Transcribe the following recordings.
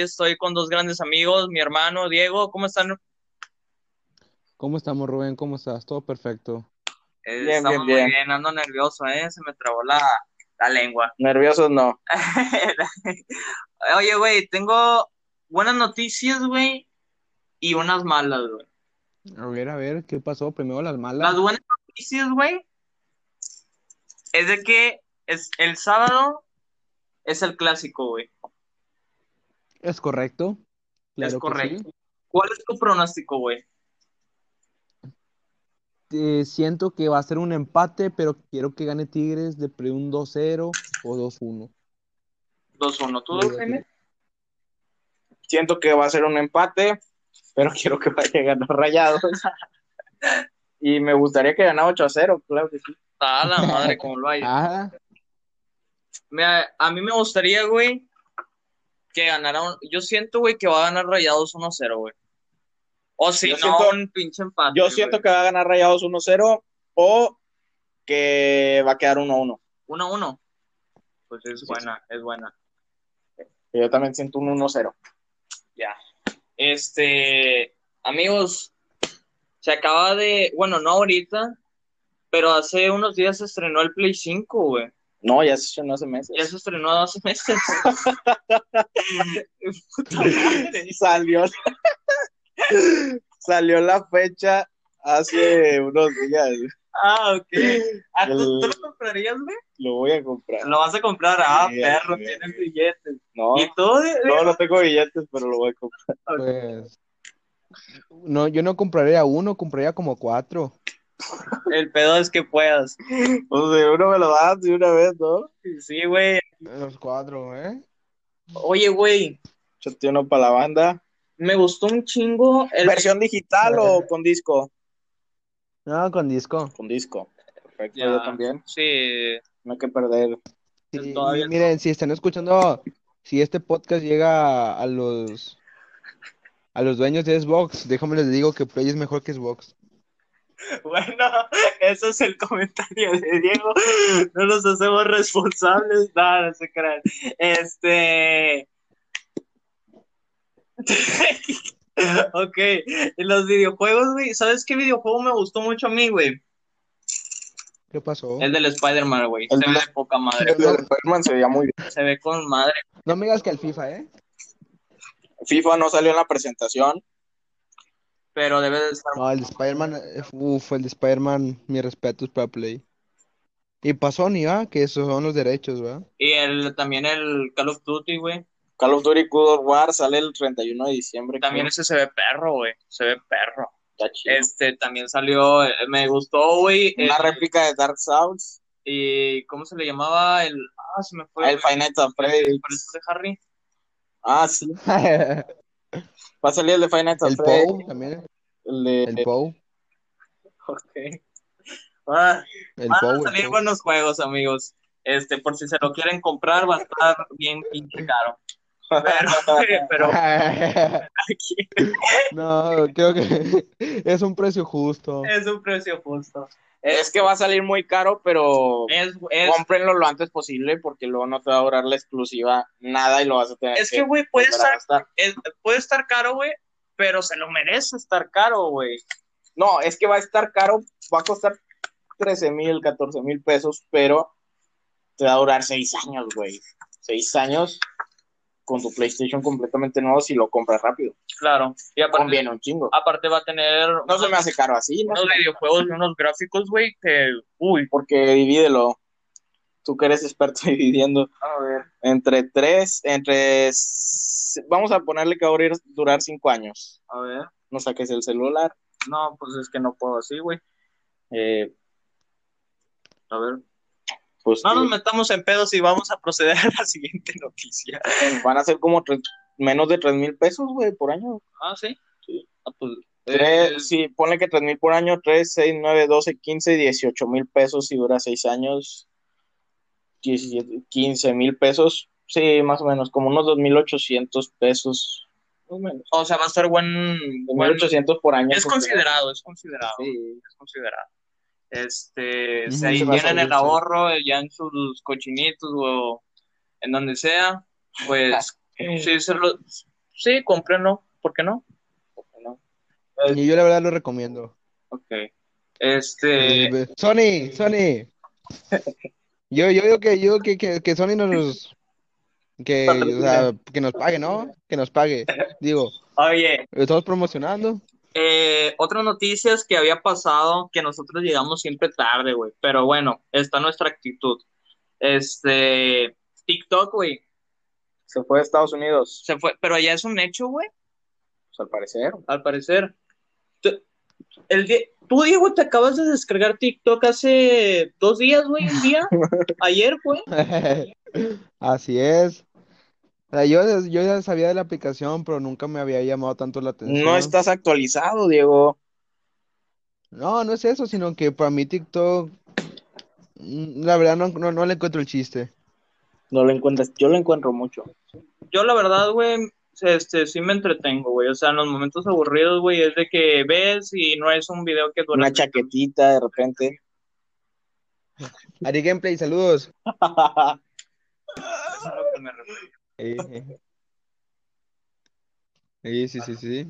Estoy con dos grandes amigos, mi hermano Diego. ¿Cómo están? ¿Cómo estamos, Rubén? ¿Cómo estás? Todo perfecto. Eh, Bien, estamos bien, bien. muy bien, ando nervioso, ¿eh? Se me trabó la, la lengua. Nerviosos no. Oye, güey, tengo buenas noticias, güey, y unas malas, güey. A ver, a ver, ¿qué pasó? Primero las malas. Las buenas noticias, güey, es de que es, el sábado es el clásico, güey. Es correcto. Claro que correcto. sí. ¿Cuál es tu pronóstico, güey? Eh, siento que va a ser un empate, pero quiero que gane Tigres de pre un 2-0 o 2-1. 2-1. ¿Tú, Yo digo Jaime? Siento que va a ser un empate, pero quiero que vaya ganando rayados. y me gustaría que ganara 8 a 0, claro que sí. A Ah, la madre, como lo hay. Ah, Mira, a mí me gustaría, güey, que ganara un... Yo siento, güey, que va a ganar Rayados 1-0, güey. O si Yo no, siento- un pinche empate. Yo güey. siento que va a ganar rayados 1 a 0 o que va a quedar 1 a 1. 1-1. Pues es Sí. buena, es buena. Yo también siento un 1 a 0. Ya. Este, amigos, se acaba de... Bueno, no ahorita, pero hace unos días se estrenó el Play 5, güey. No, ya se no hace meses. Ya se estrenó hace meses. Puta madre. Salió, salió la fecha hace unos días. Ah, ok. Ah, ¿Tú, El- tú lo comprarías, güey? Lo voy a comprar. Lo vas a comprar. Ah, Sí, perro, sí, tienes sí. billetes. No, ¿Y tú? eh? no, no tengo billetes, pero lo voy a comprar. pues. No, yo no compraría uno, compraría como cuatro. El pedo es que puedas. O sea, uno me lo da de una vez, ¿no? Sí, güey. Los cuatro, ¿eh? Oye, güey, Yo tengo uno para la banda. me gustó un chingo el... ¿Versión digital o Eh. con disco? No, con disco. Con disco. Perfecto, Ya. yo también. Sí. No hay que perder. Sí, Todavía no. miren, si están escuchando, si este podcast llega a los a los dueños de Xbox, déjame les digo que Play es mejor que Xbox. Bueno, ese es el comentario de Diego. No nos hacemos responsables. Nada, no se crean. Este... ok, los videojuegos, güey. ¿Sabes qué videojuego me gustó mucho a mí, güey? ¿Qué pasó? El del Spider-Man, güey. Se El ve de- de poca madre. El de Spider-Man se veía muy bien. Se ve con madre. No me digas que el FIFA, ¿eh? FIFA no salió en la presentación. Pero debe de estar. No, el de Spider-Man, eh, uf, el de Spider-Man, mis respetos para Play. Y pasó ni va, que esos son los derechos, ¿verdad? Y el, también el Call of Duty, güey. Call of Duty Good of War sale el 31 de diciembre. También ese se ve perro, güey. Se ve perro. creo. Está chido. Este también salió, eh, me gustó, güey. Una el- réplica de Dark Souls. y ¿cómo se le llamaba? El ah, se me fue. El güey. Final Fantasy Freddy. Por eso es de Harry. Ah, sí. El Va a salir el de Final Fantasy Freddy. Pou también, El de... el Pou, Ok. Ah, el van Pou. a el salir Pou. buenos juegos, amigos. Este, por si se lo quieren comprar, va a estar bien pinche caro. Pero, pero aquí No, creo que es un precio justo. es un precio justo. es que va a salir muy caro, pero Es, es, cómprenlo lo antes posible porque luego no te va a durar la exclusiva nada y lo vas a tener es que, güey, puede volver a estar, gastar. es- puede estar caro, güey, pero se lo merece estar caro, güey. No, es que va a estar caro, va a costar 13 mil, 14 mil pesos, pero te va a durar 6 años, güey. 6 años con tu PlayStation completamente nuevo si lo compras rápido. Claro. Y aparte, Conviene un chingo. aparte va a tener No se me hace caro así, ¿no? unos videojuegos y unos gráficos, güey, que, uy, Porque divídelo. Tú que eres experto dividiendo a ver. entre 3, entre... s- Vamos a ponerle que va a durar- durar 5 años. A ver, No saques el celular. no, pues es que no puedo así, güey. Eh, A ver. pues No nos eh, metamos en pedos y vamos a proceder a la siguiente noticia. van a ser como tres- menos de 3 mil pesos, güey, por año. Ah, sí. Ah, pues, Tres- eh, sí, ponle que 3 mil por año, 3, 6, 9, 12, 15, 18 mil pesos si dura 6 años, 17, 15 mil pesos, sí, más o menos, como unos 2.800 pesos, más o menos, o sea, va a estar buen. buen- 2.800 por año. es porque- considerado, es considerado. Sí. es considerado. Este, Ujú, se ahí se me hace tienen el bien, sí. ahorro eh, ya en sus cochinitos o en donde sea, pues sí, se lo- sí, cómprenlo, ¿por qué no? ¿Por qué no? Y yo la verdad lo recomiendo. Ok. Este, Eh, Sony, Sony. Yo, yo digo que, yo digo que, que, que Sony no nos que, o sea, que nos pague, ¿no? Que nos pague. Digo, oye, lo estamos promocionando. eh, otras noticias que había pasado, que nosotros llegamos siempre tarde, güey, pero bueno, está nuestra actitud. Este, TikTok, güey, Se fue a Estados Unidos, se fue, pero ya es un hecho, güey. pues, al parecer. al parecer. Tú- El di- Tú, Diego, te acabas de descargar TikTok hace dos días, güey, un día. Ayer, güey. Así es. O sea, yo, yo ya sabía de la aplicación, pero nunca me había llamado tanto la atención. No estás actualizado, Diego. No, no es eso, sino que para mí TikTok, mm, la verdad no, no, no le encuentro el chiste. No lo encuentras. Yo lo encuentro mucho. Yo, la verdad, güey, este, sí me entretengo, güey. O sea, en los momentos aburridos, güey, es de que ves y no es un video que dura. Una chaquetita de repente. Ari Gameplay, saludos. Eso es a lo que me refiero. Eh, eh. Sí, sí, sí, sí.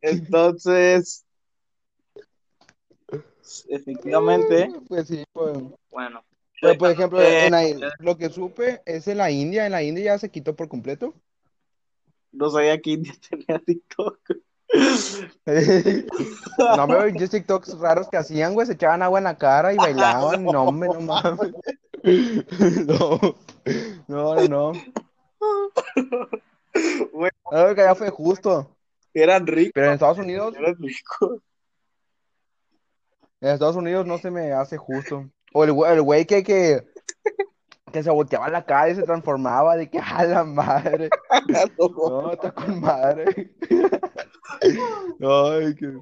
Entonces, efectivamente, Pues sí, pues. Bueno, Pero, por ejemplo, Eh, en la- lo que supe es en la India. En la India ya se quitó por completo. no sabía que India tenía TikTok. No, pero yo TikToks raros que hacían, güey, se echaban agua en la cara y bailaban. No, hombre, no mames. No, no, no. no. Güey. Algo que ya fue justo. Eran ricos, Pero en Estados Unidos, eran ricos. en Estados Unidos no se me hace justo. O el güey, el güey que, que, que se volteaba la cara y se transformaba de que a la madre. No, está con madre. Ay, que...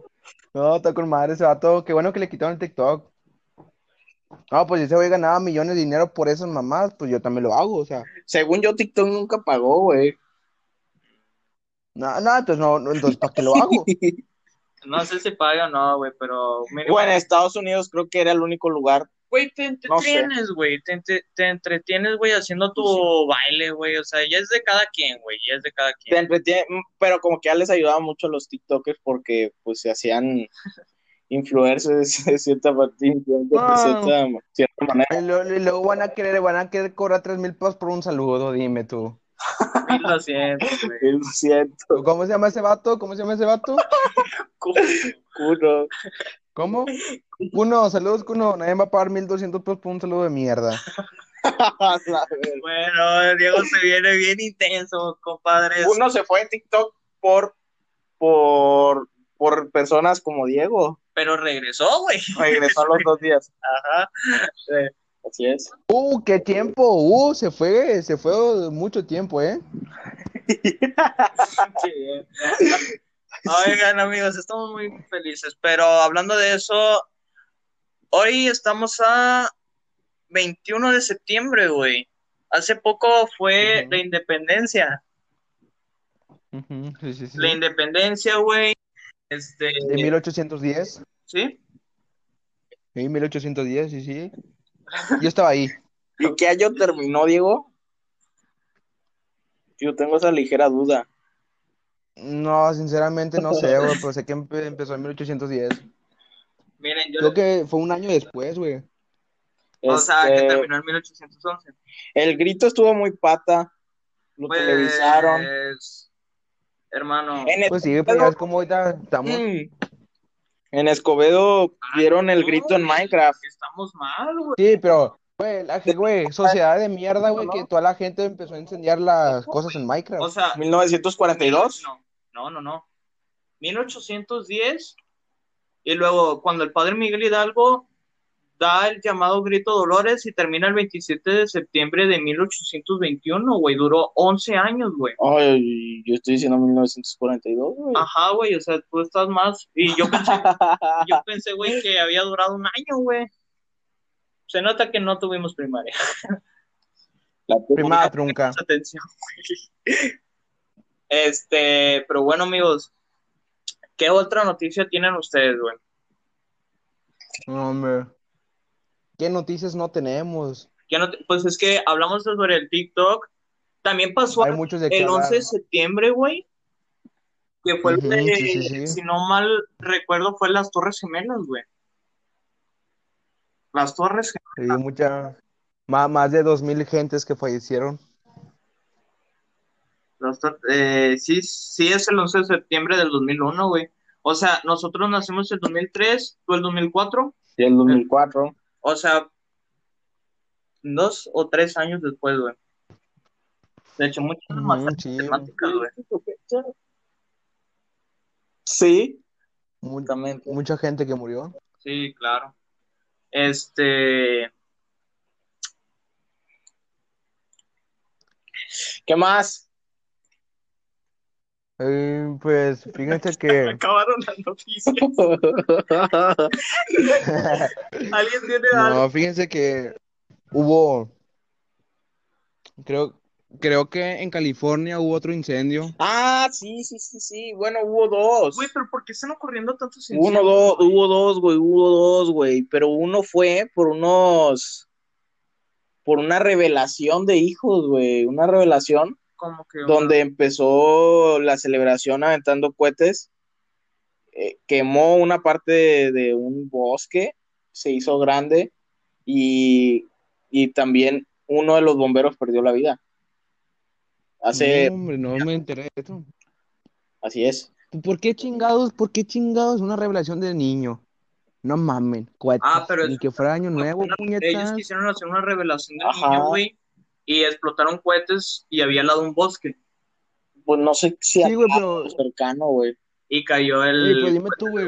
No, está con madre ese vato. Qué bueno que le quitaron el TikTok. No, pues ese güey ganaba millones de dinero por esas mamás, pues yo también lo hago, o sea. Según yo, TikTok nunca pagó, güey. Nada, nada, entonces no, no, entonces ¿para qué lo hago? no sé si paga o no, güey, pero mínimo- Bueno, Estados Unidos creo que era el único lugar. Güey, te No sé. entretienes, güey. te, entre- te entretienes, güey, haciendo tu baile, güey. O sea, ya es de cada quien, güey. Ya es de cada Te quien. entretiene, pero como que ya les ayudaba mucho a los TikTokers porque pues se hacían influencers de cierta, parte- de cierta, cierta manera. Y lo- y luego van a querer, van a querer cobrar tres mil pesos por un saludo, dime tú. Lo siento, güey. Lo siento, ¿Cómo se llama ese vato? ¿Cómo se llama ese vato? culo. ¿Cómo? Cuno, saludos, Cuno. Nadie va a pagar mil doscientos pesos por un saludo de mierda. Bueno, Diego se viene bien intenso, compadres. Uno se fue en TikTok por, por, por personas como Diego. Pero regresó, güey. Regresó a los dos días. Ajá. Así es. Uh, qué tiempo, uh, se fue, se fue mucho tiempo, ¿eh? Qué bien. Oigan, amigos, estamos muy felices. Pero hablando de eso, hoy estamos a 21 de septiembre, güey. Hace poco fue Ujú. la independencia. sí, sí, sí. La independencia, güey. Este, De 1810. ¿sí? Sí, 1810, sí, sí. Yo estaba ahí. ¿Y qué año terminó, Diego? Yo tengo esa ligera duda. No, sinceramente no sé, güey, pero sé que empe- empezó en 1810. Miren, yo Creo que fue un año después, güey. o sea, que Este, terminó en 1811. El grito estuvo muy pata. Lo Pues, televisaron. Hermano. En, Pues sí, pues ya es como ahorita estamos. Mm. En Escobedo dieron el Ah, no, grito en güey. Minecraft. Estamos mal, güey. Sí, pero, güey, la ge- güey, sociedad de mierda, güey, que toda la gente empezó a incendiar las cosas en O Minecraft. sea, 1942. No, no, no, no. 1810. Y luego, cuando el padre Miguel Hidalgo da el llamado Grito Dolores y termina el 27 de septiembre de 1821, güey. Duró 11 años, güey. Ay, yo estoy diciendo 1942, güey. Ajá, güey, o sea, tú estás más. Y yo pensé, yo pensé, güey, que había durado un año, güey. Se nota que no tuvimos primaria. La Prima trunca. Atención, güey. Este, pero bueno, amigos, ¿qué otra noticia tienen ustedes, güey? No, hombre. ¿Qué noticias no tenemos? Ya no te- pues es que hablamos sobre el TikTok También pasó Hay muchos de qué el hablar, 11 de ¿no? septiembre, güey. Que fue el Ujú, de, sí, sí, sí. si no mal recuerdo, fue las Torres Gemelas, güey. Las Torres Gemelas. Sí, mucha, ma- más de 2.000 gentes que fallecieron. las Tor- eh, sí, sí, es el 11 de septiembre del 2001, güey. O sea, nosotros nacimos el 2003, tú el 2004. Y el 2004. O sea, dos o tres años después, güey. De hecho, muchas Ah, Ujú, más sí. temáticas, güey. Sí, Mu- exactamente. mucha gente que murió. Sí, claro. Este, ¿Qué más? Eh, pues fíjense que acabaron las noticias. ¿Alguien tiene algo? No, fíjense que hubo, creo, creo que en California hubo otro incendio. ah, sí, sí, sí, sí. Bueno, hubo dos. Güey, pero ¿por qué están ocurriendo tantos pues, Uno, dos, hubo dos, güey, hubo dos, güey. Pero uno fue por unos. Por una revelación de hijos, güey. Una revelación Como que donde empezó la celebración aventando cohetes, eh, quemó una parte de, de un bosque, se hizo grande y, y también uno de los bomberos perdió la vida. Ah, Hace, No, hombre, no me enteré de esto. así es. ¿Por qué chingados, por qué chingados una revelación de niño? No mamen, cohetes. Ah, pero Ni es- que fuera año nuevo, ellos puñetas. quisieron hacer una revelación del Ajá. niño, güey, y explotaron cohetes y había al lado un bosque Pues no sé si Sí, güey, acá, pero, o cercano, güey. y cayó ey, pero pues, el dime tú, güey.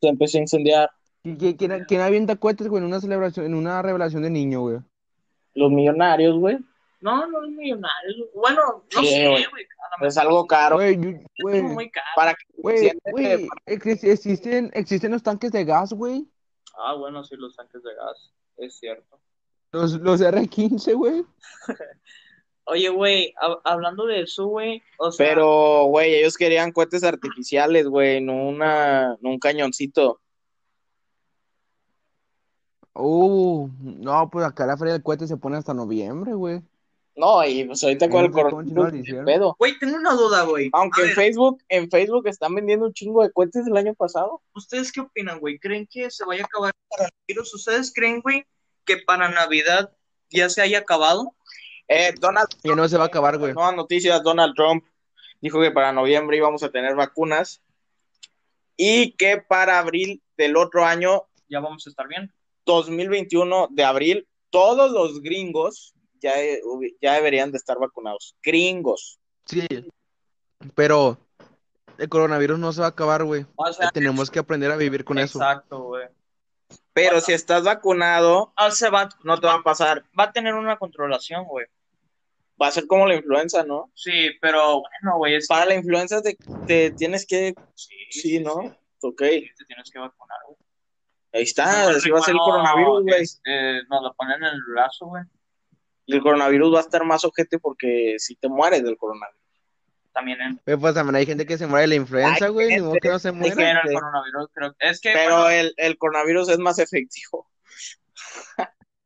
Se empezó a incendiar ¿qui- qui- ¿Quién, quién avienta cohetes, güey, en una celebración, en una revelación de niño, güey? los millonarios, güey. No, no es millonario. Bueno, no Sí, sé, güey. güey. A lo Es algo caro. Güey, yo- mejor es güey, muy caro. Para que güey, siente- güey, ex- existen, existen los tanques de gas, güey. Ah, bueno, sí, los tanques de gas. Es cierto. Los, los R15, güey. Oye, güey, hab- hablando de eso, güey, o sea, Pero, güey, ellos querían cohetes artificiales, güey, no, una, no un cañoncito. Uh, no, pues acá la feria del cohete se pone hasta noviembre, güey. No, y pues ahorita con Yo el no sé cómo chingados coronavirus, le ni hicieron. pedo. güey, tengo una duda, güey. Aunque A en ver, Facebook, en Facebook están vendiendo un chingo de cohetes del año pasado. ¿ustedes qué opinan, güey? ¿Creen que se vaya a acabar el coronavirus? ¿Ustedes creen, güey, que para Navidad ya se haya acabado? Eh, Donald, Que no se va a acabar, güey. nuevas noticias, Donald Trump dijo que para noviembre íbamos a tener vacunas y que para abril del otro año, Ya vamos a estar bien. 2021 de abril, todos los gringos ya, eh, hubi- ya deberían de estar vacunados. Gringos. Sí, pero el coronavirus no se va a acabar, güey. O sea, Tenemos que aprender a vivir con eso. exacto, güey. Pero Bueno. si estás vacunado, O sea, va, no te va a pasar. va a tener una controlación, güey. Va a ser como la influenza, ¿no? Sí, pero bueno, güey, es... Para la influenza te, te tienes que... Sí, Sí, ¿no? Ok. sí, te tienes que vacunar, güey. Ahí está, así Ah, va a ser el Bueno, coronavirus, güey. es- eh, nos lo ponen en el brazo, güey. Y El coronavirus va a estar más ojete porque si te mueres del coronavirus. También en... Güey, pues también hay gente que se muere de la influenza, Hay güey. Ni gente, modo que no se hay Es que muera. era el Sí. coronavirus, creo que... Es que... Pero el, el coronavirus es más efectivo.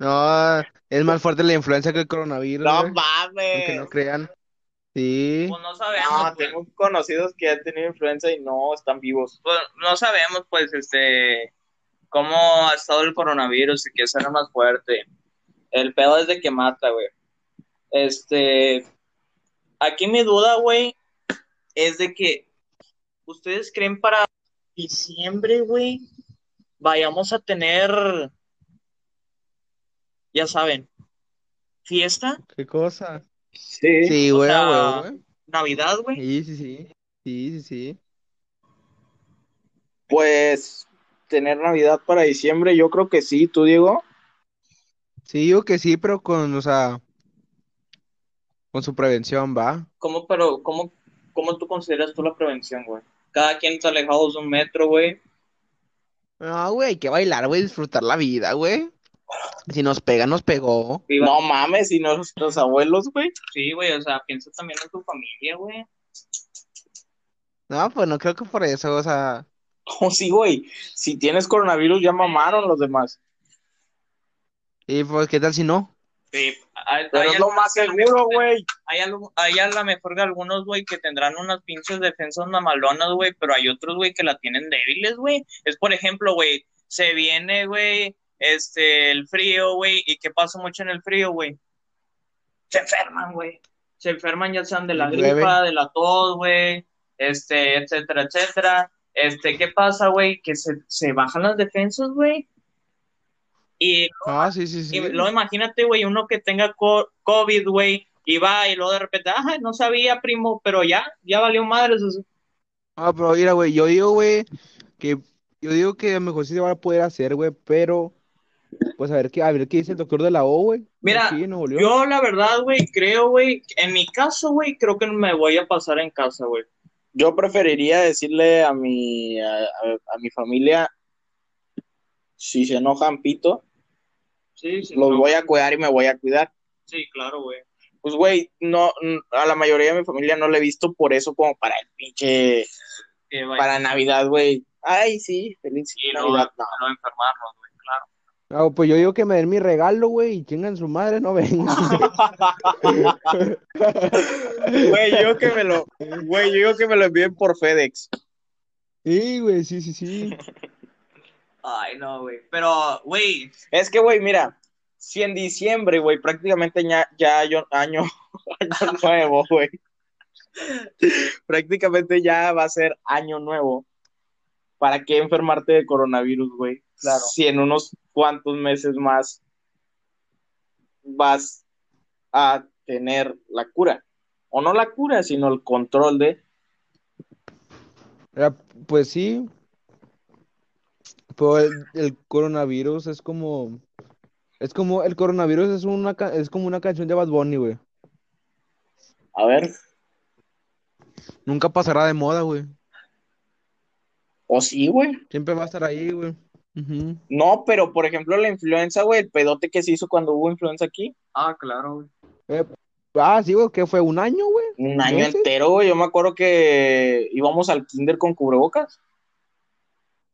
No, es más fuerte la influenza que el coronavirus, No güey. Aunque no mames. crean. Sí. Pues no sabemos, eh, güey. No, tengo conocidos que han tenido influenza y no están vivos. Pues, no sabemos, pues, este, cómo ha estado el coronavirus y que será más fuerte. El pedo es de que mata, güey. Este, aquí mi duda, güey, es de que ustedes creen para diciembre, güey, vayamos a tener, ya saben, fiesta, ¿Qué cosa? Sí. Sí, O güey, sea, a huevo, güey. Navidad, güey. Sí, sí, sí. Sí, sí, sí. Pues tener Navidad para diciembre, yo creo que sí, tú Diego. Sí, digo que sí, pero con, o sea, con su prevención, va. ¿Cómo, pero, cómo, cómo tú consideras tú la prevención, güey? Cada quien está alejado de un metro, güey. No, güey, hay que bailar, güey, disfrutar la vida, güey. Si nos pega, nos pegó. Viva- No mames, y nuestros abuelos, güey. Sí, güey, o sea, piensa también en tu familia, güey. No, pues no creo que por eso, o sea, Oh, sí, güey. Si tienes coronavirus, ya mamaron los demás. y pues, ¿qué tal si no? Sí, hay, Pero hay es lo algunas más que a seguro, mejor- güey. Hay, algo- hay a lo mejor que algunos, güey, que tendrán unas pinches defensas mamalonas, güey, pero hay otros, güey, que la tienen débiles, güey. Es, por ejemplo, güey, se viene, güey, este, el frío, güey, ¿y qué pasa mucho en el frío, güey? Se enferman, güey. Se enferman ya sean de la Llueve. gripa, de la tos, güey, este, etcétera, etcétera. Este, ¿qué pasa, güey? Que se, se bajan las defensas, güey. Y Ah, sí, sí, sí. y luego imagínate, güey, uno que tenga co- COVID, güey, y va y luego de repente, ajá, no sabía, primo, pero ya, ya valió madre. eso- Ah, pero mira, güey, yo digo, güey, que yo digo que a lo mejor sí se van a poder hacer, güey, pero pues a ver qué, a ver qué dice el doctor de la O, güey. Mira, Aquí en Nuevo León. Yo, la verdad, güey, creo, güey, en mi caso, güey, creo que me voy a pasar en casa, güey. Yo preferiría decirle a mi, a, a- a mi familia, si se enojan, pito, Sí, sí, los no, voy a cuidar y me voy a cuidar. sí, claro, güey. Pues, güey, no, mm, a la mayoría de mi familia no le he visto por eso como para el pinche, Que vaya para Navidad, güey. Ay, sí, feliz y no, Navidad. No. no enfermarnos, güey, claro. Ah, pues yo digo que me den mi regalo, güey, y chingan su madre, no vengo. Güey, yo digo que me lo, güey, yo digo que me lo envíen por FedEx. Sí, güey, sí, sí, sí. Ay, no, güey. Pero, güey, Es que, güey, mira, si en diciembre, güey, prácticamente ya, ya hay un año, año nuevo, güey. Prácticamente ya va a ser año nuevo. ¿Para qué enfermarte de coronavirus, güey? Claro. Si en unos cuantos meses más vas a tener la cura. O no la cura, sino el control de... Ah, Pues sí. Pero el, el coronavirus es como. Es como. El coronavirus es una ca- es como una canción de Bad Bunny, güey. A ver, Nunca pasará de moda, güey. o sí, güey. Siempre va a estar ahí, güey. Ujú. No, pero por ejemplo la influenza, güey, el pedote que se hizo cuando hubo influenza aquí. ah, claro, güey. Eh, ah, sí, güey, que fue un año, güey. Un año ¿Meses? entero, güey. Yo me acuerdo que íbamos al kinder con cubrebocas.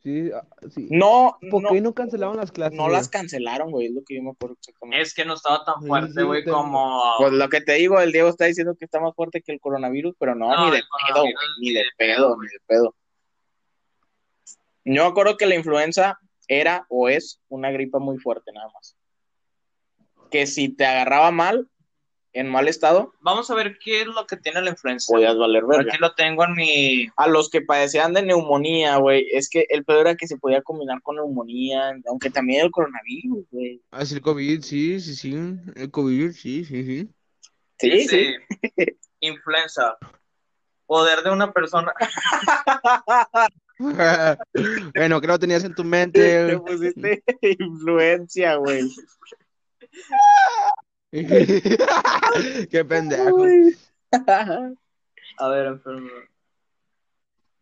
Sí, ah, sí. No, ¿Por no, qué no cancelaron las clases? no güey? las cancelaron, güey. Es lo que yo me acuerdo exactamente. Es que no estaba tan Sí, fuerte, sí, güey, te- como... Pues lo que te digo, el Diego está diciendo que está más fuerte que el coronavirus, pero no, No, ni de el pedo, güey, coronavirus ni de pedo, ni de pedo. Yo me acuerdo que la influenza era o es una gripa muy fuerte, nada más. Que si te agarraba mal, en mal estado, Vamos a ver qué es lo que tiene la influenza. podías valer verga. Aquí lo tengo en mi... a los que padecían de neumonía, güey. Es que el peor era que se podía combinar con neumonía, aunque también el coronavirus, güey. Ah, sí, el COVID, sí, sí, sí. El COVID, sí, sí, sí. Sí, sí. Dice, este, Influenza. Poder de una persona. bueno, que lo tenías en tu Te mente. pusiste influencia, güey. Qué pendejo. A ver, enfermo.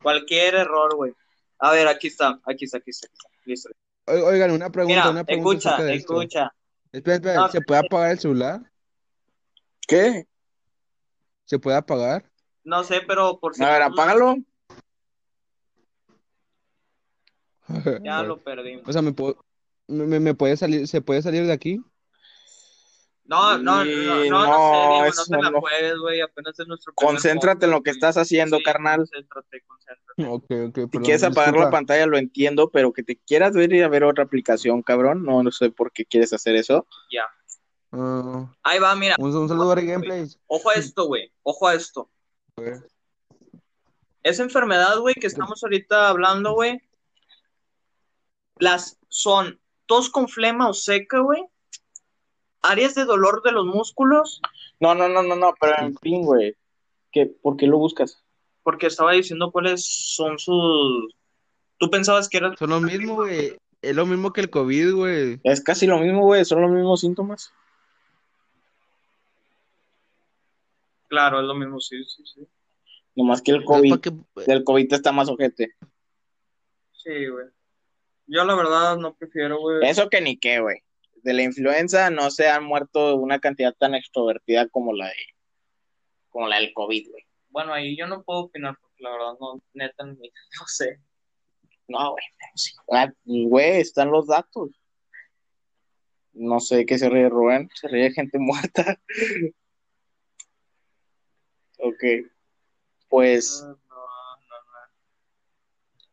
Cualquier error, güey. A ver, aquí está, aquí está, aquí está. aquí está. Listo. O- Oigan, una pregunta, Mira, una pregunta escucha, acerca de esto. escucha. Espera, espera, Ah. ¿se puede apagar el celular? ¿Qué? ¿Se puede apagar? No sé, pero por si A ver, apágalo. ya lo perdimos. O sea, ¿me, puedo- me- me- me puede salir, ¿se puede salir de aquí? No, no, no, no, no, Y sé, no, Diego, eso no te la no. juegues, güey. Apenas es nuestro primer Concéntrate en lo que podcast, güey. estás haciendo, Sí, carnal. Concéntrate, concéntrate. Ok, ok, Si perdón, quieres apagar la disculpa. pantalla, lo entiendo, pero que te quieras ver y a ver otra aplicación, cabrón. No, no sé por qué quieres hacer eso. Ah, Ahí va, mira. un, un saludo a Ari Gameplays. Pues, Ojo a esto, güey. Ojo a esto. A ver. Esa enfermedad, güey, que estamos ahorita hablando, güey, las son tos con flema o seca, güey, áreas de dolor de los músculos, No, no, no, no, no, pero en fin, güey. ¿Qué- ¿Por qué lo buscas? porque estaba diciendo cuáles son sus... Tú pensabas que eran... Son lo mismo, güey. Es lo mismo que el COVID, güey. Es casi lo mismo, güey. Son los mismos síntomas. Claro, es lo mismo, sí, sí, sí. Nomás que el Entonces, COVID, ¿para qué- el COVID está más ojete. Sí, güey. Yo la verdad no prefiero, güey. Eso que ni qué, güey. De la influenza no se han muerto una cantidad tan extrovertida como la de, como la del COVID, güey. Bueno, ahí yo no puedo opinar porque la verdad no, neta, ni- no sé. No, güey. pero sí. Ah, Güey, están los datos. No sé qué se ríe Rubén. Se ríe de gente muerta. ok. Pues, No, no, no.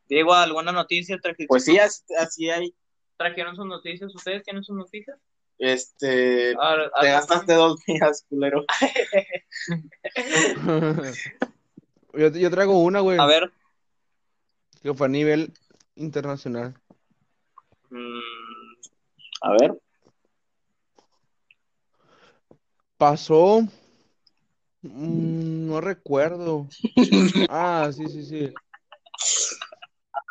Diego, ¿alguna noticia? Traje- pues sí, as- así hay. ¿Trajeron sus noticias? ¿Ustedes tienen sus noticias? Este, Ah, ah, te gastaste dos días, culero. yo, yo traigo una, güey, A ver. que fue a nivel internacional. mm, A ver, Pasó. mm, no recuerdo. Ah, sí, sí, sí.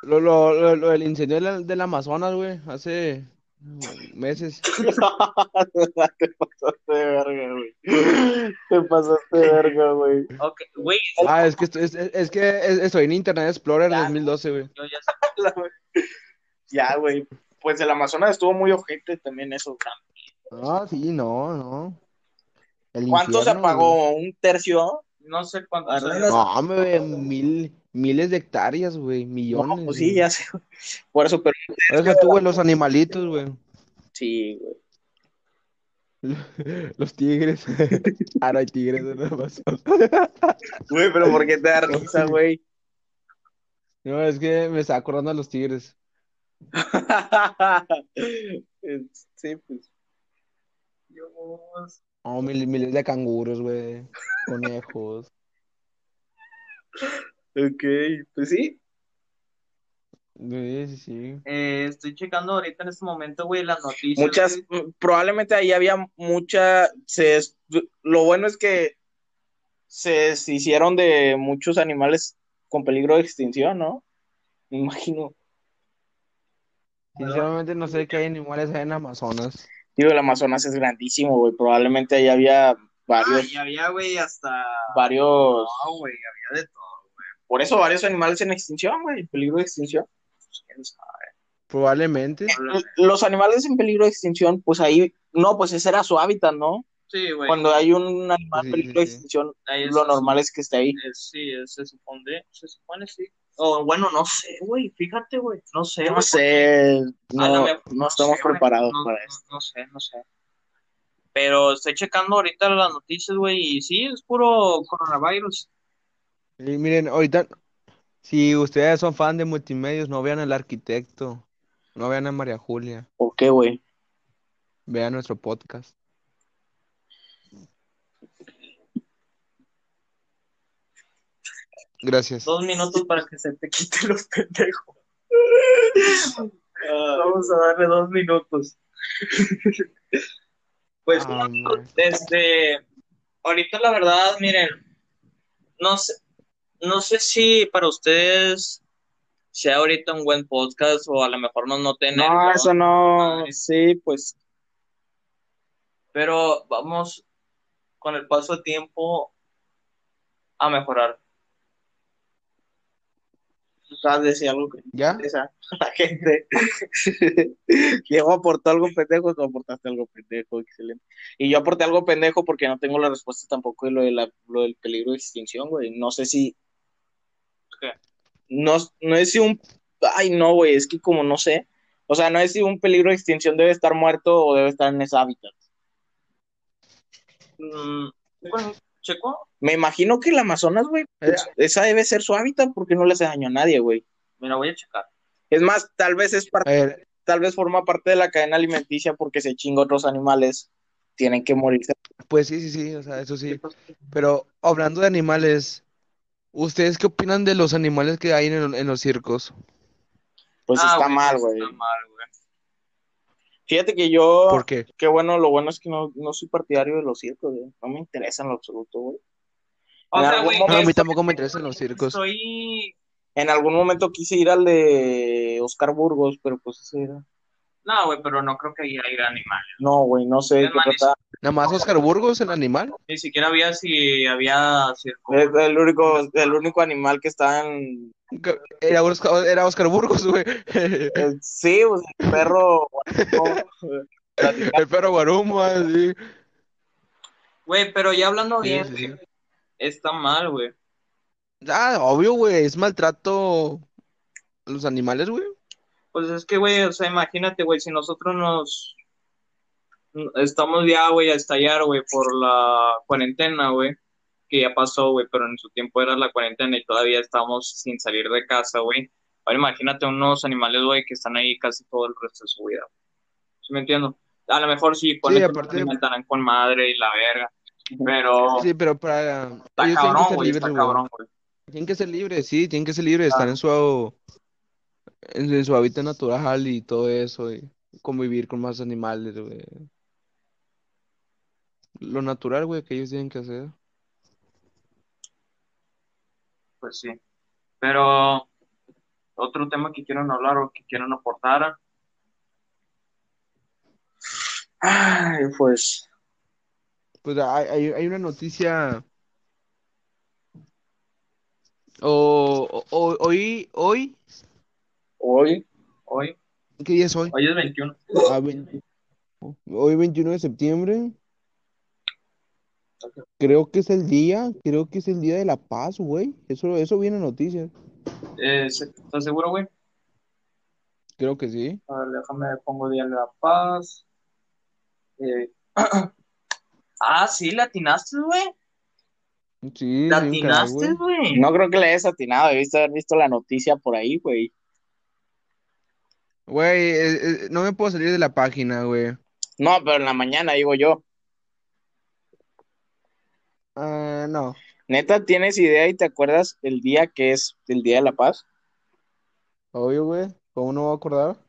Lo, lo, lo, lo del incendio de la- del Amazonas, güey, hace meses. te pasaste de verga, güey. Te pasaste de verga, güey. ok, güey, Ah, es que, estoy- es, es- es que es- estoy en Internet Explorer Ya. 2012, güey. yo ya sé. Ya, güey. Pues el Amazonas estuvo muy ojete también eso. Ah, sí, no, no. El ¿Cuánto se infierno, güey. apagó? ¿Un tercio? No sé cuánto. Ah, o sea, no, no. No, hombre, güey, mil, miles de hectáreas, güey, millones. No, pues sí, güey. ya sé. Por eso, pero Deja tú, güey, los animalitos, güey. sí, güey. Los tigres. Ahora hay tigres en el Amazonas. Güey, pero ¿por qué te da risa, güey? No, es que me está acordando a los tigres. sí, pues. Dios. Oh, mil- miles de canguros, güey. Conejos. Ok, pues sí. Sí, sí, sí. Eh, estoy checando ahorita en este momento, güey, las noticias. Muchas, güey. mm, probablemente ahí había mucha, se, es- lo bueno es que se deshicieron de muchos animales con peligro de extinción, ¿no? Me imagino. Sinceramente no sé qué hay animales hay en Amazonas. Digo, el Amazonas es grandísimo, güey. Probablemente ahí había varios, Ay, había, güey, hasta. varios, No, güey, había de todo. por eso varios animales en extinción, güey, peligro de extinción. ¿Quién sabe? Probablemente. Los animales en peligro de extinción, pues ahí, no, pues ese era su hábitat, ¿no? Sí, güey. Cuando hay un animal Sí, en peligro sí, de sí. extinción, ahí lo está. normal es que esté ahí. Eh, sí, eh, se supone, se supone, sí. O bueno, no sé, güey, fíjate, güey, no sé. No güey, sé, A la no, mejor- no estamos sé, güey, preparados no- para no- eso. No sé, no sé. Pero estoy checando ahorita las noticias, güey, y sí, es puro coronavirus. Y miren, ahorita, si ustedes son fan de multimedios, no vean al arquitecto. No vean a María Julia. ¿O qué, güey? Vean nuestro podcast. Gracias. Dos minutos para que se te quiten los pendejos. Vamos a darle dos minutos. pues, Ah, man. este, ahorita la verdad, miren, no sé, no sé si para ustedes sea ahorita un buen podcast o a lo mejor no noten el- No, eso no, sí, pues, pero vamos con el paso del tiempo a mejorar. sabes decir ah, algo que ¿Ya? interesa a la gente. Diego aportó algo pendejo, tú aportaste algo pendejo, excelente. Y yo aporté algo pendejo porque no tengo la respuesta tampoco de lo, de la- lo del peligro de extinción, güey. No sé si. ¿Qué? No, no es si un. Ay, no, güey, es que como no sé. O sea, no es si un peligro de extinción debe estar muerto o debe estar en ese hábitat. Mm, bueno, checo, Me imagino que el Amazonas, Eh, güey, pues, esa debe ser su hábitat porque no le hace daño a nadie, güey. mira, voy a checar. Es más, tal vez es parte. A ver, tal vez forma parte de la cadena alimenticia porque se chinga otros animales, tienen que morirse. pues sí, sí, sí, o sea, eso sí. Pero hablando de animales, ¿ustedes qué opinan de los animales que hay en, el- en los circos? Pues Ah, está güey, mal, pues güey. Está mal, güey. Fíjate que yo, ¿Por qué? qué bueno, lo bueno es que no, no soy partidario de los circos, güey. No me interesa en lo absoluto, güey. O En sea, algún güey, No, a mí estoy- tampoco me interesan los circos. estoy En algún momento quise ir al de Oscar Burgos, pero pues ese era- No, güey, pero no creo que ahí haya animales. No, güey, no sé de Es qué trataba. Nada más Oscar Burgos, el animal. Ni siquiera había si había circo. Es el único, el único animal que está en... Que- Era Oscar, era Oscar Burgos, güey. eh, sí, pues el perro... güey, El perro Guarumo, así. Güey, pero ya hablando Sí, bien, sí, sí. está mal, güey. Ah, obvio, güey, es maltrato a los animales, güey. Pues es que, güey, o sea, imagínate, güey, si nosotros nos estamos ya, güey, a estallar, güey, por la cuarentena, güey, que ya pasó, güey, pero en su tiempo era la cuarentena y todavía estamos sin salir de casa, güey. Ahora imagínate unos animales, güey, que están ahí casi todo el resto de su vida. ¿Sí me entiendo? A lo mejor sí, pues, con Sí, esto aparte- se alimentarán con madre y la verga, pero Sí, pero para. está ellos tienen que cabrón, ser güey, está libres, güey. cabrón, güey. Tienen que ser libres, sí, tienen que ser libres, estar en su, en, en su hábitat natural y todo eso, y convivir con más animales, güey. Lo natural, güey, que ellos tienen que hacer. Pues sí. Pero otro tema que quieran hablar o que quieran aportar. Ay, pues, Pues hay, hay- hay una noticia. O, o- o- hoy, hoy, hoy, Hoy, ¿qué día es hoy? hoy es 21. Ah, vein- Hoy 21 de septiembre. Creo que es el día, creo que es el día de la paz, güey. Eso, eso viene en noticias. Eh, ¿se- ¿Estás seguro, güey? Creo que sí. A ver, déjame pongo Día de la Paz. Eh, Ah, sí, latinaste, güey. Sí, sí, caray, Latinaste, güey. güey. no creo que le hayas atinado, debiste haber visto la noticia por ahí, güey. Güey, eh, eh, no me puedo salir de la página, güey. No, pero en la mañana, digo yo. Ah, no. Neta, ¿tienes idea y te acuerdas el día que es el Día de la Paz? Obvio, güey. ¿Cómo no me voy a acordar?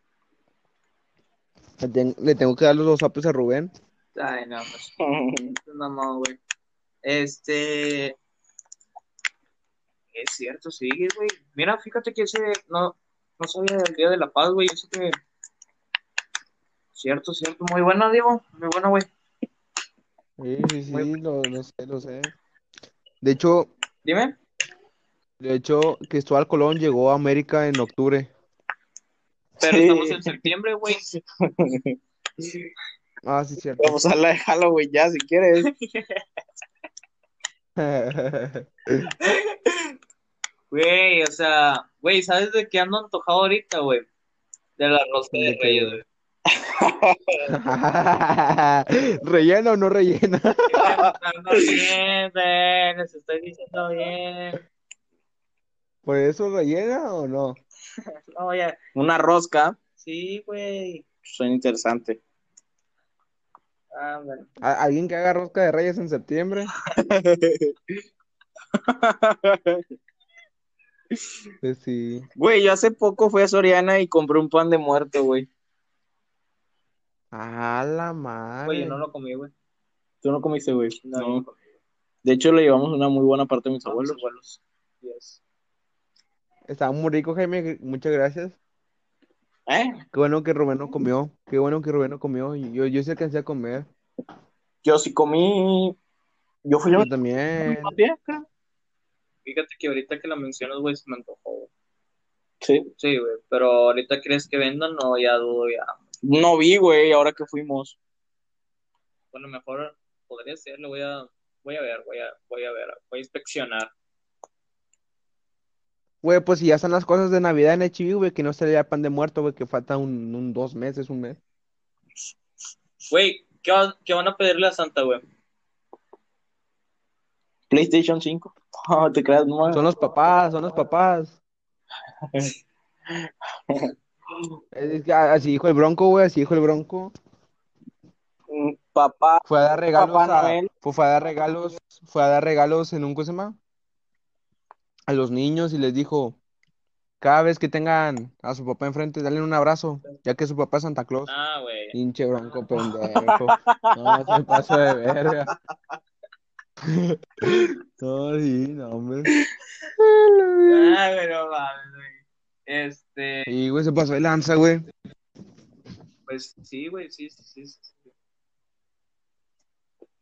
Le, ten- le tengo que dar los apes a Rubén. Ay, no, pues, no, no, güey. Este. Es cierto, sí, güey. Mira, fíjate que ese. No, no sabía del Día de la Paz, güey. Eso que. Cierto, cierto. Muy bueno, Diego. Muy bueno, güey. Sí, sí, sí, lo, lo sé, lo sé. De hecho, Dime. de hecho, Cristóbal Colón llegó a América en octubre. Pero Sí. estamos en septiembre, güey. Ah, sí, cierto. Vamos a la de Halloween ya, si quieres. Güey, o sea, güey, ¿sabes de qué ando antojado ahorita, güey? De la rosa de, ¿De qué, Reyes, güey? güey. ¿Rellena o no rellena? Ando bien, güey, les estoy diciendo bien. ¿Por eso rellena o no? No, ya. Una rosca, pues, Sí, güey. suena interesante. Ah, bueno. ¿A- ¿Alguien que haga rosca de reyes en septiembre? Pues sí. Güey, yo hace poco fui a Soriana y compré un pan de muerto, güey. A la madre. Güey, yo no lo comí, güey. ¿Tú no comiste, güey? No, yo no comí. De hecho, le llevamos una muy buena parte a mis No, abuelos. mis abuelos. Yes. Estaba muy rico, Jaime. gr- Muchas gracias. ¿Eh? Qué bueno que Rubén no comió. Qué bueno que Rubén no comió. Yo, yo sí alcancé a comer. Yo sí comí. Yo fui a Yo Eh, también. Fíjate que ahorita que la mencionas, güey, se me antojó, güey. Sí. Sí, güey, pero ahorita crees que vendan, no, ya dudo, ya. No vi, güey, ahora que fuimos. Bueno, mejor podría ser, lo voy a, voy a ver, voy a, voy a ver, voy a inspeccionar. Güey, pues si ya están las cosas de Navidad en HIV, güey, que no sería pan de muerto, güey, que falta un, un dos meses, un mes. Güey, ¿qué, va- qué van a pedirle a Santa, güey? PlayStation 5. No, te creas, no. Son los papás, son los papás. Sí. Es es que a- así dijo el Bronco, güey, así dijo el Bronco. Mm, Papá, Fue a dar regalos Papá a- Noel. fue, fue a dar regalos, fue a dar regalos en un ¿cómo se llama? a los niños y les dijo, cada vez que tengan a su papá enfrente, dale un abrazo, ya que su papá es Santa Claus. Ah, güey. Pinche bronco pendejo. No, se pasó de verga. No, sí, no, hombre. Ah, güey, no mames, güey. Este, Y, güey, se pasó de lanza, güey. pues sí, güey, sí, sí, sí. sí.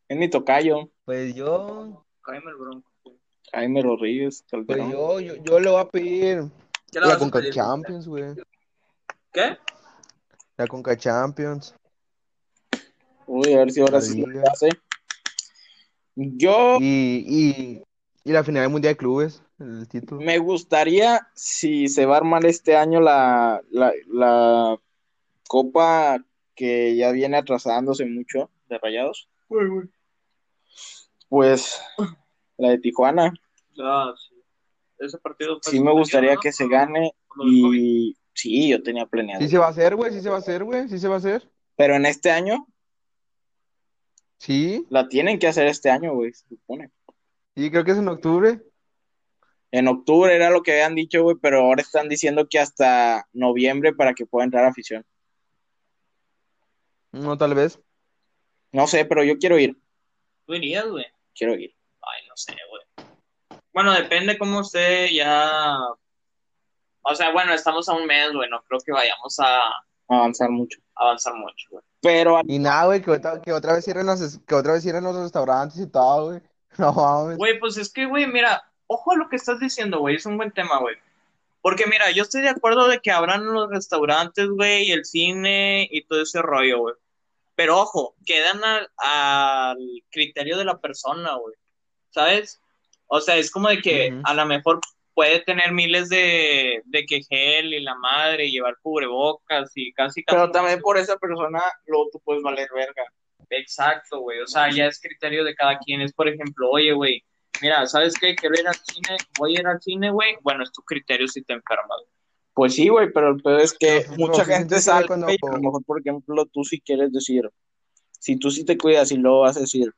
es mi tocayo. Pues yo, Cáeme el bronco. güey. Jaime Rodríguez, pues Calderón. yo, yo, yo le voy a pedir ¿Qué le la vas a Conca pedir? Champions, güey. ¿Qué? La Conca Champions. Uy, a ver si ahora La sí liga. lo hace. Yo Y, y, y la final del Mundial de Clubes, el título. me gustaría, si se va a armar este año la, la, la Copa que ya viene atrasándose mucho de Rayados, Uy, uy. pues la de Tijuana. Ah, sí. Ese partido fue Sí me gustaría suspendido, que se ¿no? gane Por lo del COVID. y sí, yo tenía planeado. Sí se va a hacer, güey, sí se va a hacer, güey, sí se va a hacer. Pero en este año, Sí, la tienen que hacer este año, güey, se supone. sí, creo que es en octubre. En octubre era lo que habían dicho, güey, pero ahora están diciendo que hasta noviembre para que pueda entrar afición. No, tal vez. No sé, pero yo quiero ir, ¿Tú irías, güey? quiero ir. Ay, no sé, güey. Bueno, depende cómo esté ya. O sea, bueno, estamos a un mes, güey. No creo que vayamos a Avanzar mucho. avanzar mucho, güey. Pero Y nada, güey, que, otra- que otra vez cierren las, que otra vez cierren los restaurantes y todo, güey. No mames. Güey, pues es que, güey, mira, ojo a lo que estás diciendo, güey. Es un buen tema, güey. Porque, mira, yo estoy de acuerdo de que abran los restaurantes, güey, y el cine y todo ese rollo, güey. Pero ojo, quedan al, al criterio de la persona, güey. ¿Sabes? O sea, es como de que Ujú. a lo mejor puede tener miles de, de que gel y la madre, y llevar cubrebocas y casi casi. Pero también por esa persona, luego tú puedes valer verga. Exacto, güey. O sea, ya es criterio de cada quien. Es, por ejemplo, oye, güey, mira, ¿sabes qué? Quiero ir al cine, voy a ir al cine, güey. Bueno, es tu criterio si te enfermas. Pues sí, güey, pero el peor es que Pero, mucha pero, gente ¿sí se sale, ve cuando- güey, y a lo mejor, por ejemplo, tú sí quieres decir, si tú sí te cuidas y luego vas a decir,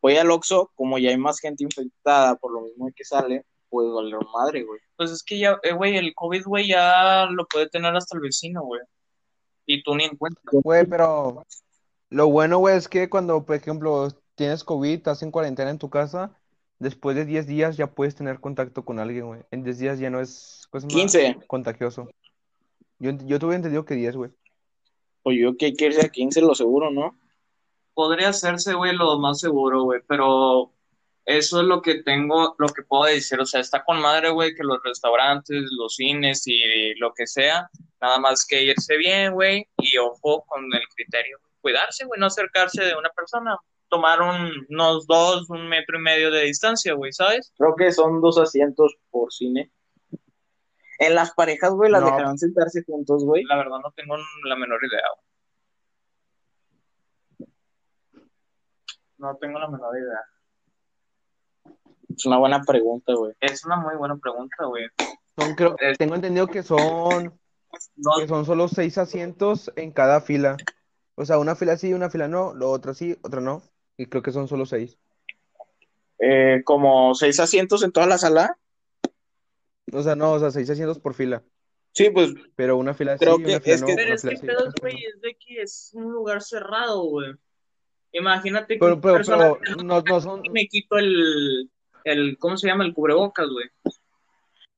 voy al Oxxo, como ya hay más gente infectada por lo mismo que sale, pues valer madre, güey. Pues es que ya, eh, güey, el COVID, güey, ya lo puede tener hasta el vecino, güey. Y tú ni en cuenta. Güey, pero lo bueno, güey, es que cuando, por ejemplo, tienes COVID, estás en cuarentena en tu casa, después de 10 días ya puedes tener contacto con alguien, güey. En 10 días ya no es cosa más 15, contagioso. Yo, ent- yo tuve entendido que 10, güey. pues yo que hay que irse a 15, lo seguro, ¿no? Podría hacerse, güey, lo más seguro, güey, pero eso es lo que tengo, lo que puedo decir. O sea, está con madre, güey, que los restaurantes, los cines y lo que sea, nada más que irse bien, güey, y ojo con el criterio. Cuidarse, güey, no acercarse de una persona. Tomar un- unos dos, un metro y medio de distancia, güey, ¿sabes? Creo que son dos asientos por cine. En las parejas, güey, las No. dejarán sentarse juntos, güey. La verdad no tengo la menor idea, güey. No tengo la menor idea. Es una buena pregunta, güey. Es una muy buena pregunta, güey. Son, creo, Es- tengo entendido que son, No, que son solo 6 asientos en cada fila. O sea, una fila sí, una fila no, lo otro sí, otra no. Y creo que son solo 6. Eh, como seis asientos en toda la sala. O sea, no, o sea, 6 asientos por fila. Sí, pues Pero una fila Creo sí, que una fila es no, que- una Pero es que fila el sí, pedo, una fila güey, no. es de que es un lugar cerrado, güey. Imagínate que Pero, una pero, persona pero, no, no son, me quito el, el, ¿cómo se llama? El cubrebocas, güey.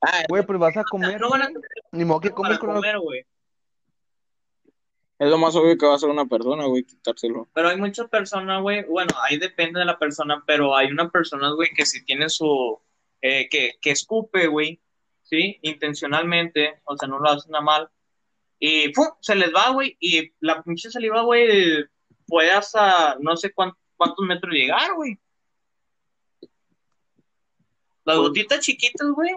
Ah, güey, pues vas a comer, No van a güey. tener Ni modo que comes para con la... comer, güey. es lo más obvio que va a hacer una persona, güey, quitárselo. Pero hay muchas personas, güey, bueno, ahí depende de la persona, pero hay unas personas, güey, que si tienen su, eh, que, que escupe, güey, ¿sí? Intencionalmente, o sea, no lo hacen a mal. Y ¡pum! se les va, güey, y la pinche saliva, güey, puede hasta no sé cuán- cuántos metros llegar, güey. Las Pues- gotitas chiquitas, güey.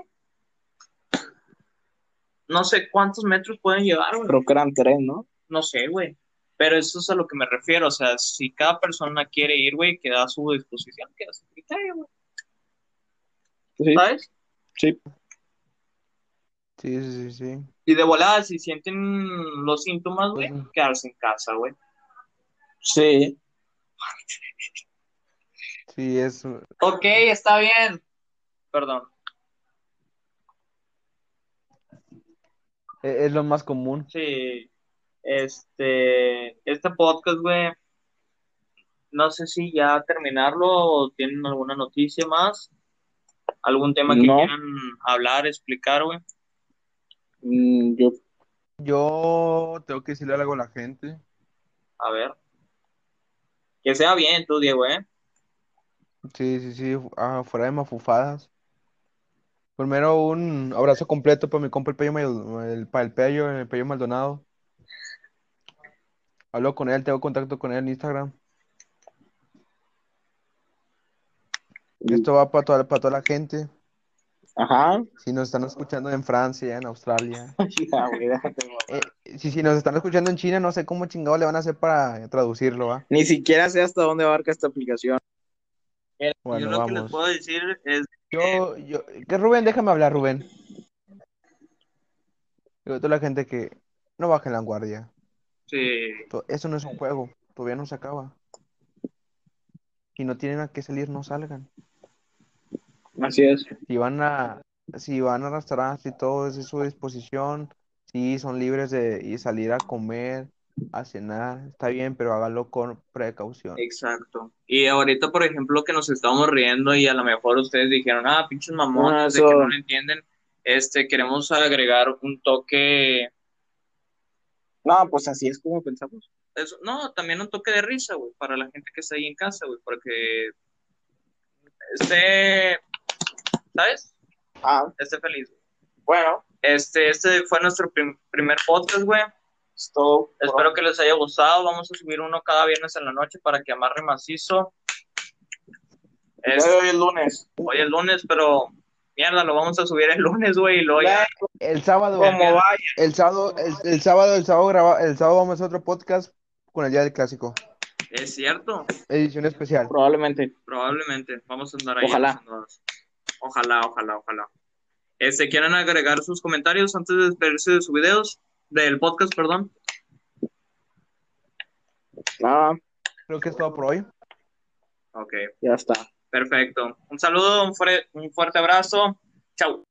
No sé cuántos metros pueden llevar, güey. Creo que eran tres, ¿no? No sé, güey. Pero eso es a lo que me refiero. O sea, si cada persona quiere ir, güey, queda a su disposición, queda a su criterio, güey. Sí, ¿Sabes? sí. Sí, sí, sí, sí. Y de volada, si sienten los síntomas, güey, Ujú. quedarse en casa, güey. Sí. Sí, es... Ok, está bien. Perdón. e- Es lo más común. Sí. Este, este podcast, güey, no sé si ya terminarlo o tienen alguna noticia más, algún tema que No. quieran hablar, explicar, güey. Mm, yo, Yo tengo que decirle algo a la gente. A ver. Que sea bien tú, Diego, ¿eh? Sí, sí, sí, fu- ah, fuera de mafufadas. Primero un abrazo completo para mi compa el Pello, Mal- el, para el Pello, el Pello Maldonado. Hablo con él, tengo contacto con él en Instagram. Esto va para toda, para toda la gente. ajá. Si nos están escuchando en Francia, en Australia, Ya, güey, déjate, güey. eh, si, si nos están escuchando en China, no sé cómo chingado le van a hacer para traducirlo, ¿va? Ni siquiera sé hasta dónde abarca esta aplicación. Bueno, yo lo que les vamos. puedo decir es, Yo, Eh, yo, que Rubén, déjame hablar, Rubén. Digo, toda la gente que no baje la guardia. eh, To- Eso no es un juego, todavía no se acaba. Si no tienen a qué salir, no salgan. Así es. Si van a, si van a restaurantes y todo es a su disposición, sí, son libres de y salir a comer, a cenar, está bien, pero hágalo con precaución. exacto. Y ahorita, por ejemplo, que nos estamos riendo y a lo mejor ustedes dijeron, ah, pinches mamones, de Ah, que eso. no lo entienden, este, queremos agregar un toque, No, pues así es como pensamos. eso- no, también un toque de risa, güey, para la gente que está ahí en casa, güey, porque esté, ¿sabes? Ah, Esté feliz. bueno, Este, este fue nuestro prim- primer podcast, güey. es todo. Espero que les haya gustado. Vamos a subir uno cada viernes en la noche para que amarre macizo. Es- Ya hoy es lunes. hoy es lunes, pero mierda, lo vamos a subir el lunes, güey, y luego ya. El sábado, Como vaya. el sábado, el, el sábado, el sábado graba- el sábado vamos a otro podcast con el día del clásico, Es cierto, edición especial. Probablemente. probablemente. Vamos a andar ahí. Ojalá. pasándonos. Ojalá, ojalá, ojalá. Este, ¿quieren agregar sus comentarios antes de despedirse de sus videos? Del podcast, perdón. Ah, Creo que es todo por hoy. Ok, ya está. perfecto. Un saludo, un, fre- un fuerte abrazo. Chau.